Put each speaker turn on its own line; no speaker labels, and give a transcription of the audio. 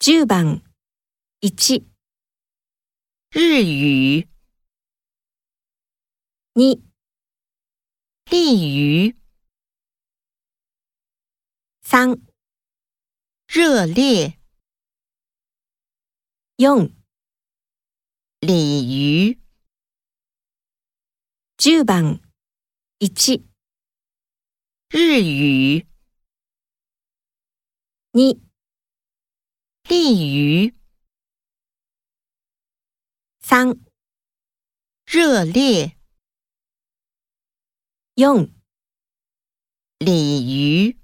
10番、1、
日语、
2、
俚语、
3、
热烈、
4、
鲤鱼、
10番、1、
日语、
2、
俚语、
3、
热烈、
4
鲤鱼。